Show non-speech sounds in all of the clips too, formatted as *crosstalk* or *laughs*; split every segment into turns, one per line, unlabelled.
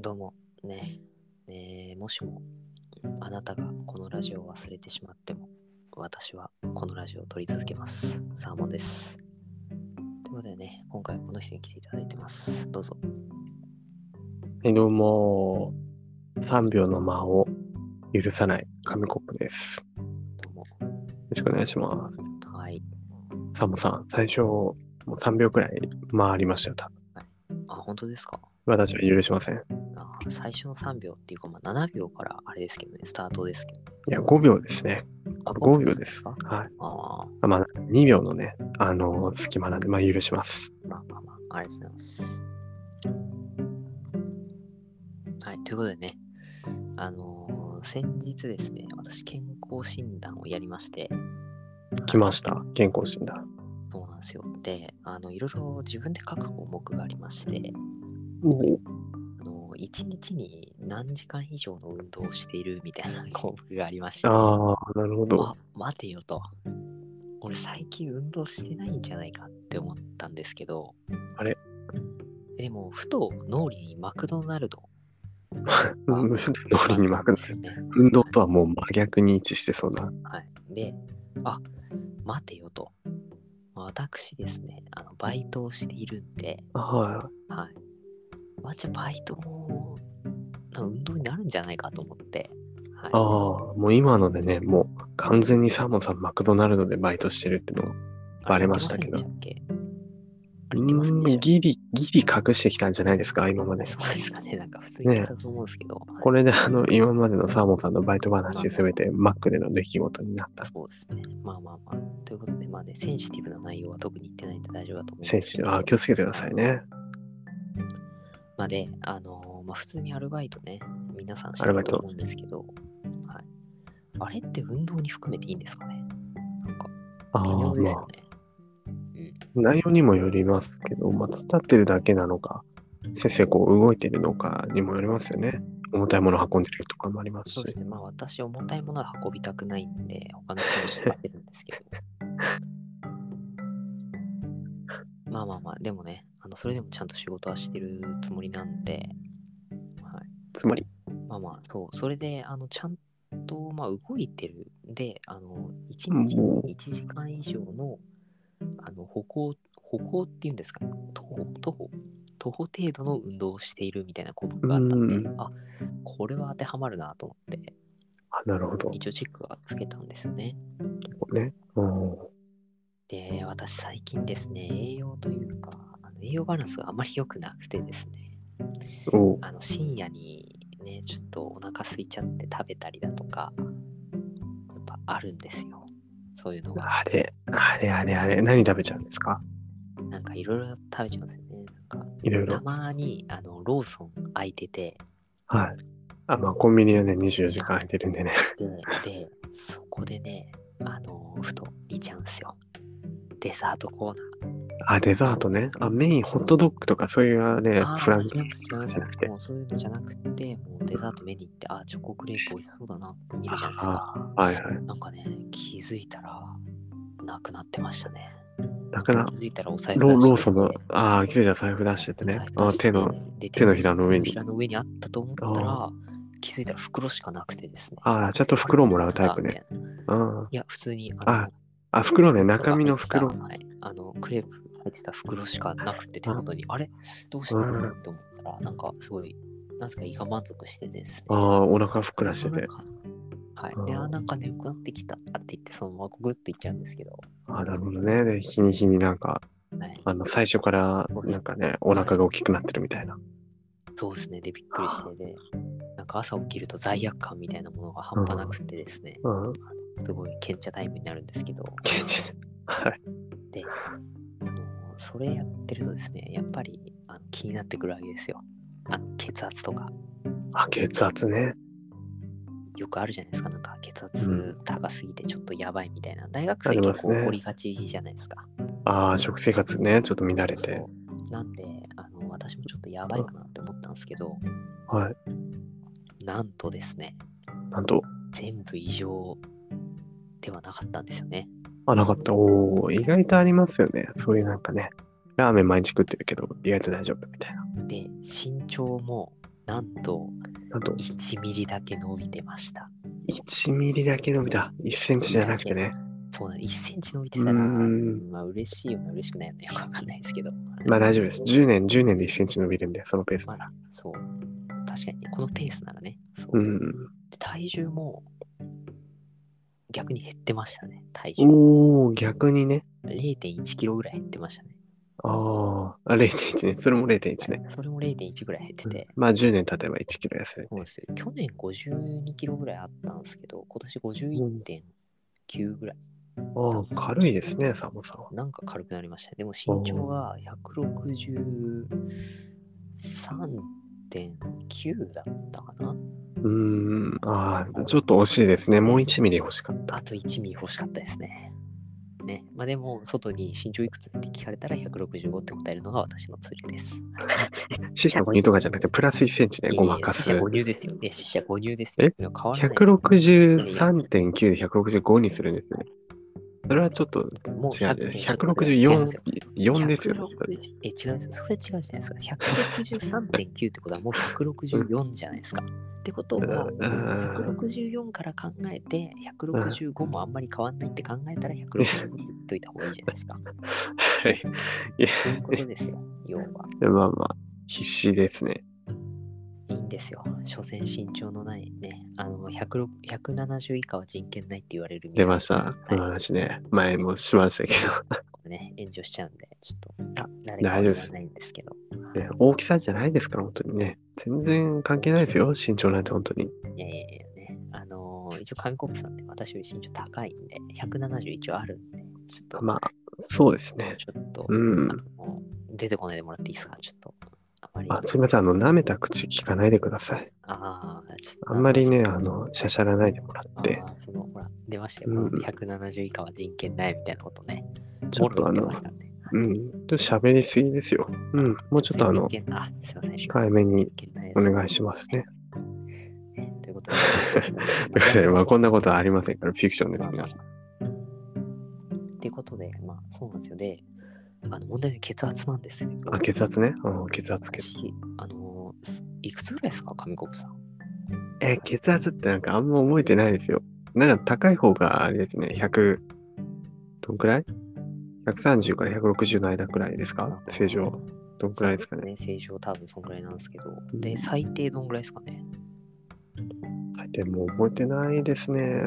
どうもねねえもしもあなたがこのラジオを忘れてしまっても私はこのラジオを撮り続けますサーモンですということでね今回はこの人に来ていただいてますどうぞ
はい、どうも、3秒の間を許さない紙コップです。よ
どうも
ろしくお願いします。
はい
サモさん、最初、もう3秒くらい間ありましたよ、多分。
あ本当ですか
私は許しません。い
あ最初の3秒っていうか、まあ、7秒からあれですけどねスタートですけど
や、5秒ですね。
あ
5秒です。
か
はい。
ああ
まあ、2秒のね、あの隙間なんで、まあ、許します。
まあまあまあ、ありがとうございます。はい、ということでね、あのー先日ですね、私、健康診断をやりまして、
来ました、健康診断。
そうなんですよ。で、あの、いろいろ自分で書く項目がありまして、
お
あのー、1日に何時間以上の運動をしているみたいな項目がありまして、
ああ、なるほど *laughs*
あ。待てよと。俺最近運動してないんじゃないかって思ったんですけど
あれ
でもふと脳裏にマクドナルド
うん通りに巻くんですよ。
ね
運動とはもう真逆に位置してそうな。
はい。で、あ、待てよと。まあ私ですね、あのバイトをしているんで、
は
はい。まあ、じゃあバイトも、な運動になるんじゃないかと思って、はい
い。あ。あ、もう今のでね、もう完全にサモさん、マクドナルドでバイトしてるってのをバレましたけど
あれ言ってませんでしたっけあれ言ってませんでしたっ
ギリ、ギリ隠してきたんじゃないですか、今ま
け
で。
そうですかね、なんか普通に言ってたと思うんですけど、はい
これで、あの、今までのサーモンさんのバイト話、すべてマックでの出来事になった。
そうですね。まあまあまあ。ということで、まあね、センシティブな内容は特に言ってないんで大丈夫だと思うんですけ
選
ど。
手、あー気をつけてくださいね。
まあで、あのーまあ、普通にアルバイトね、皆さんし
ア
て
ルバ
る
イ
と
ト
思うんですけど、はい、あれって運動に含めていいんですかねなんか
あ
微妙
ー
です
まあ
よ、ね。
内容にもよりますけど、まあ、伝ってるだけなのか、せっせこう動いてるのかにもよりますよね。重たいもの運んでるとかもあります
そうで
し
す。ね。まあ私、重たいものは運びたくないんで、他の人に任せるんですけ
*laughs*
ど。まあまあまあ、でもね、あのそれでもちゃんと仕事はしてるつもりなんで、はい、
つまり、
まあまあ、そう、それで、あの、ちゃんと、まあ、動いてる。で、あの、1
うん
日に1時間以上の、あの、歩行、歩行っていうんですかね、徒歩、徒歩、徒歩程度の運動をしているみたいな項目があったんで
うん、
あ、これは当てはまるなと思って、
あ、なるほど。
一応チェックはつけたんですよね。
ね。うん。
で、私、最近ですね、栄養というか、あの栄養バランスがあまり良くなくてですね、
お
あの深夜にねちょっとお腹空いちゃって食べたりだとかやっぱあるんですよそういうのが
あれ、あれあれあれ、何食べちゃうんですか
なんかいろいろ食べちゃうんですよねなんか
いろい
た
ろ。
まにあのローソン空いてて
はい。あ、まあ、コンビニでね、24時間空いてるんでね。 *laughs*
ででそこでねあのふと見ちゃうんですよデザートコー
あ、デザートね。あ、メイン、ホットドッグとか、そういうね
ナー、あー
フランス
違います違います
じゃなくて。
もうそういうのじゃなくてもうデザート目に行ってあーチョコクレープ美味しそうだなって見るじゃないですか
ああ、はいはい。
なんかね気づいたらなくなってましたね
だから、
気づいたらお財布
ローロー
出して
ソンの、ああ、気づいたら財布出しててね。あ手の、、
で
手のひらの上に
手のひらの上にあったと思ったら、気づいたら袋しかなくてですね。
ああ、ちゃんと袋をもらうタイプね。
みたいな。
うん。
いや、普通に、あ
ああ、袋ね、中身の
袋
袋
が。入ってたはいあの、クレープ入ってた袋しかなくて、手元に、あれどうした
う
のって思ったら、なんかすごい、なぜか胃が満足してですね。
ああ、お腹膨らして
な
て
ん。かはい。
うん
で、あ、なんか眠くなってきたって言って、そのままググっていっちゃうんですけど、
ああ、なるほどね。で、日に日になんか、
はい。
あの、最初から、なんかね、お腹が大きくなってるみたいな。
そうですね。で、びっくりしてで、なんか朝起きると罪悪感みたいなものが半端なくってですね、
うん。
すごい賢者タイムになるんですけ
*laughs*
ど、
ケチはい。
あのそれやってるとですね、やっぱりあの気になってくるわけですよ。あの血圧とか、
あ、血圧ね。
よくあるじゃないですか、なんか血
う
圧高すぎてちょっとやばいみたいな。大学
あ
生
ります
結構
ね
起こりがちじゃないですか。
ああ、食生活ね、ちょっと乱れ
そう
て。
そうなんであの、私もちょっとやばいかなって思ったんですけど、
はい。
なんとですね、
なんと、
全部異常ではなかったんですよね。
あ、なかった。おお、意外とありますよね。そういうなんかね、ラーメン毎日食ってるけど、意外と大丈夫みたいな。
で、身長もなんと
なんと、
1ミリだけ伸びてました。
1ミリだけ伸びた。1センチじゃなくてね。
そうなの1センチ伸びてたら、
うーん
まあ嬉しいような嬉しくないようなよくわかんないですけど。
まあ大丈夫です。10年、10年で1センチ伸びるんで、そのペースなら。
そう。確かに、このペースならね。そうう。
ん。
で体重も逆に減ってましたね。体重。
おー、逆にね。
0.1キロぐらい減ってましたね。
あーあ、0.1ね。それも0.1ね。
それも0.1ぐらい減ってて。
まあ10年経てば1キロ痩せる。
そうですよ去年52キロぐらいあったんですけど、今年51.9ぐらい。
ああ、軽いですね、サモさんは。
なんか軽くなりましたね。でも身長が163.9だったかな。
うーん、ああ、ちょっと惜しいですね。もう1ミリ欲しかった。
あと1ミリ欲しかったですね。ね。まあでも、外に身長いくつって聞かれたら165って答えるのが私のツールです。
四捨五入とかじゃなくて、プラス1センチね、ごまか
いや
す
いや四捨。五入ですよ。ね、四捨五入です
え
よ。いや変わらないですよ
163.9で165にするんですね。それはちょっと
もう
違うね。
違いますよ
164ですよ。
160え、違います。それ違うじゃないですか。163.9ってことはもう164じゃないですか。ってことは、
うん
164から考えて、165もあんまり変わんないって考えたら、165って言っといた方がいいじゃないですか。
はい。いや、
そういうことですよ、要は。
まあまあ、必死ですね。
いいんですよ。所詮身長のないね、あの、106 170以下は人権ないって言われるみたい
出
な
ました。この
はい
話ね。前もしましたけ
ね、炎上しちゃうんで、ちょっと、
あ
誰か
大
は言
丈夫
わ
です
ないんですけど。
ど、ね、大きさじゃないですから、本当にね。全然関係ないですよ、身長なんて本当に。
いやいやいやね、あのー一応、紙コップさんって私より身長高いんで、170一応あるんで、ちょっと、
まあ、そうですね。
ちょっと、
うん
あ。の出てこないでもらっていいですかちょっと、あまり、
あ
あ
すみません、あの、舐めた口聞かないでください。
あー、ちょっと、
あんまりね、あの、しゃしゃらないでもら
あ
って、
ーその、ほら、出ましたよ、
うん
170以下は人権ないみたいなことね、
ちょっとあ
ボロ言て
の
ます、からねはい
うん、ちょっと喋りすぎですよ。うん、もうちょっとあの、
人権あ、すいません、
控えめに
人権ないです
お願いしますね。
ねという
*laughs*
こと
ごめんなさい、
で、
*laughs* まあ、こんなことはありませんから、フィクションです、皆さん。
っていうことで、まあ、そうなんですよ。で、あの問題は血圧なんですけど
あ、血圧ね。うん、血圧血。
私、あのー、すいくつぐらいですか、紙コップさん。
え、血圧ってなんかあんま覚えてないですよ。なんか高い方があれですね、100、どんくらい ?130 から160の間くらいですか正常。どんくらいですかね。
ね。正常多分そんぐらいなんですけど、
ん
で、最低どんぐらいですかね。
はい、でも覚えてないですね。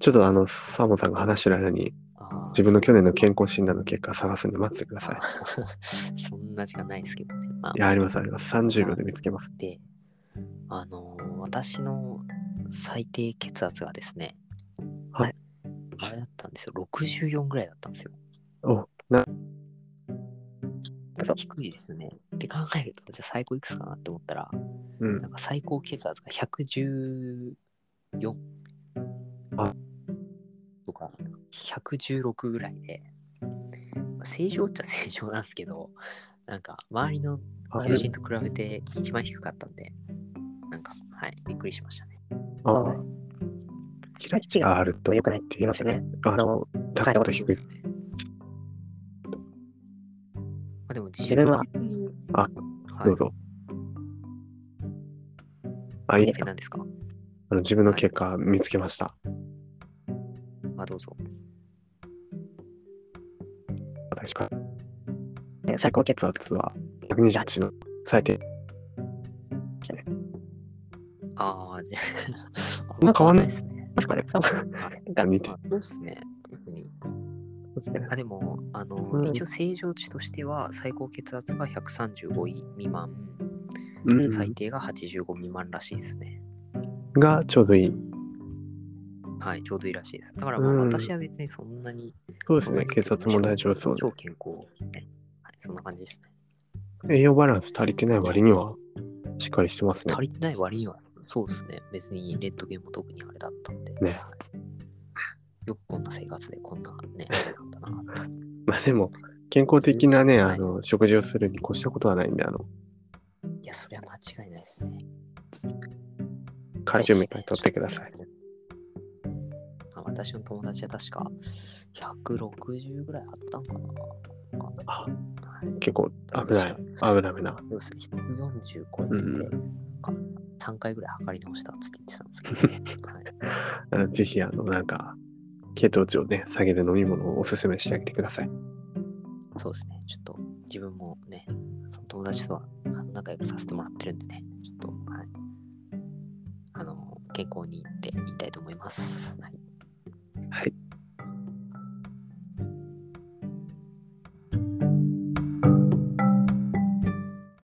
ちょっとあの、サモさんが話してる間に、
あー
自分の去年の健康診断の結果探すんで待っててください。
*laughs* そんな時間ないですけどね。まあ
い、や、ありますあります。30秒で見つけます。
で、あのー私の最低血圧がですね、
はい。
あれだったんですよ。64ぐらいだったんですよ。
お、な、
低いですね。って考えると、じゃあ最高いくつかなって思ったら、
うん
な。んか最高血圧が114
あ
とか116ぐらいで、まあ正常っちゃ正常なんですけど、なんか周りの
あ
友人と比べて一番低かったんで、なんか、はい、びっくりしましたね。
ああ。キラ値があると良くないって言いますよね。あの、高いとこ
そ
と
う
低
で
い。
すね。まあでも自
自分は
的に
あ
はい、
どうぞ。あ、いい
え
ですか
何ですか
あの自分の結果見つけました。
あ、どうぞ。
確か。最高血圧は128の最低。
ああ、じゃあ、
そんな変わんない
ですね。
*laughs* ですかね。
あ
似て
そうですね。特に
ますね
あでも、あの、
うん
一応正常値としては最高血圧が135位未満、
うん。
最低が85未満らしいですね。
がちょうどいい。
はい、ちょうどいいらしいです。だからまあ
うん
私は別にそんなに、
そうです
そんな
ね。
に
血圧も大丈夫そう
超健康ですね。はい、そんな感じですね。
で。栄養バランス足りてない割にはしっかりしてますね
足。りてない割には、そうですね。別にレッドゲンも特にあれだったんで。
ね
よくこんな生活でこんなね、あれなんだなと。
まあでも、健康的なね、
はい
あの、食事をするに越したことはないんで、あの、
いや、それは間違いないですね。
カルシウムいっぱい取ってください。
あ私の友達は確か160ぐらいあったんかなわかんない
結構危ない、危ないな。
そうですね、140超えてて、
う
か3回ぐらい測り直したっつって言ってたんですけ *laughs* ど、ねはい、
あのぜひ、あの、なんか、血糖値をね、下げる飲み物をおすすめしてあげてください。
そうですね、ちょっと自分もね、その友達とはあの仲良くさせてもらってるんでね、ちょっと、はい、あの、健康にって言いたいと思います。はい
はい。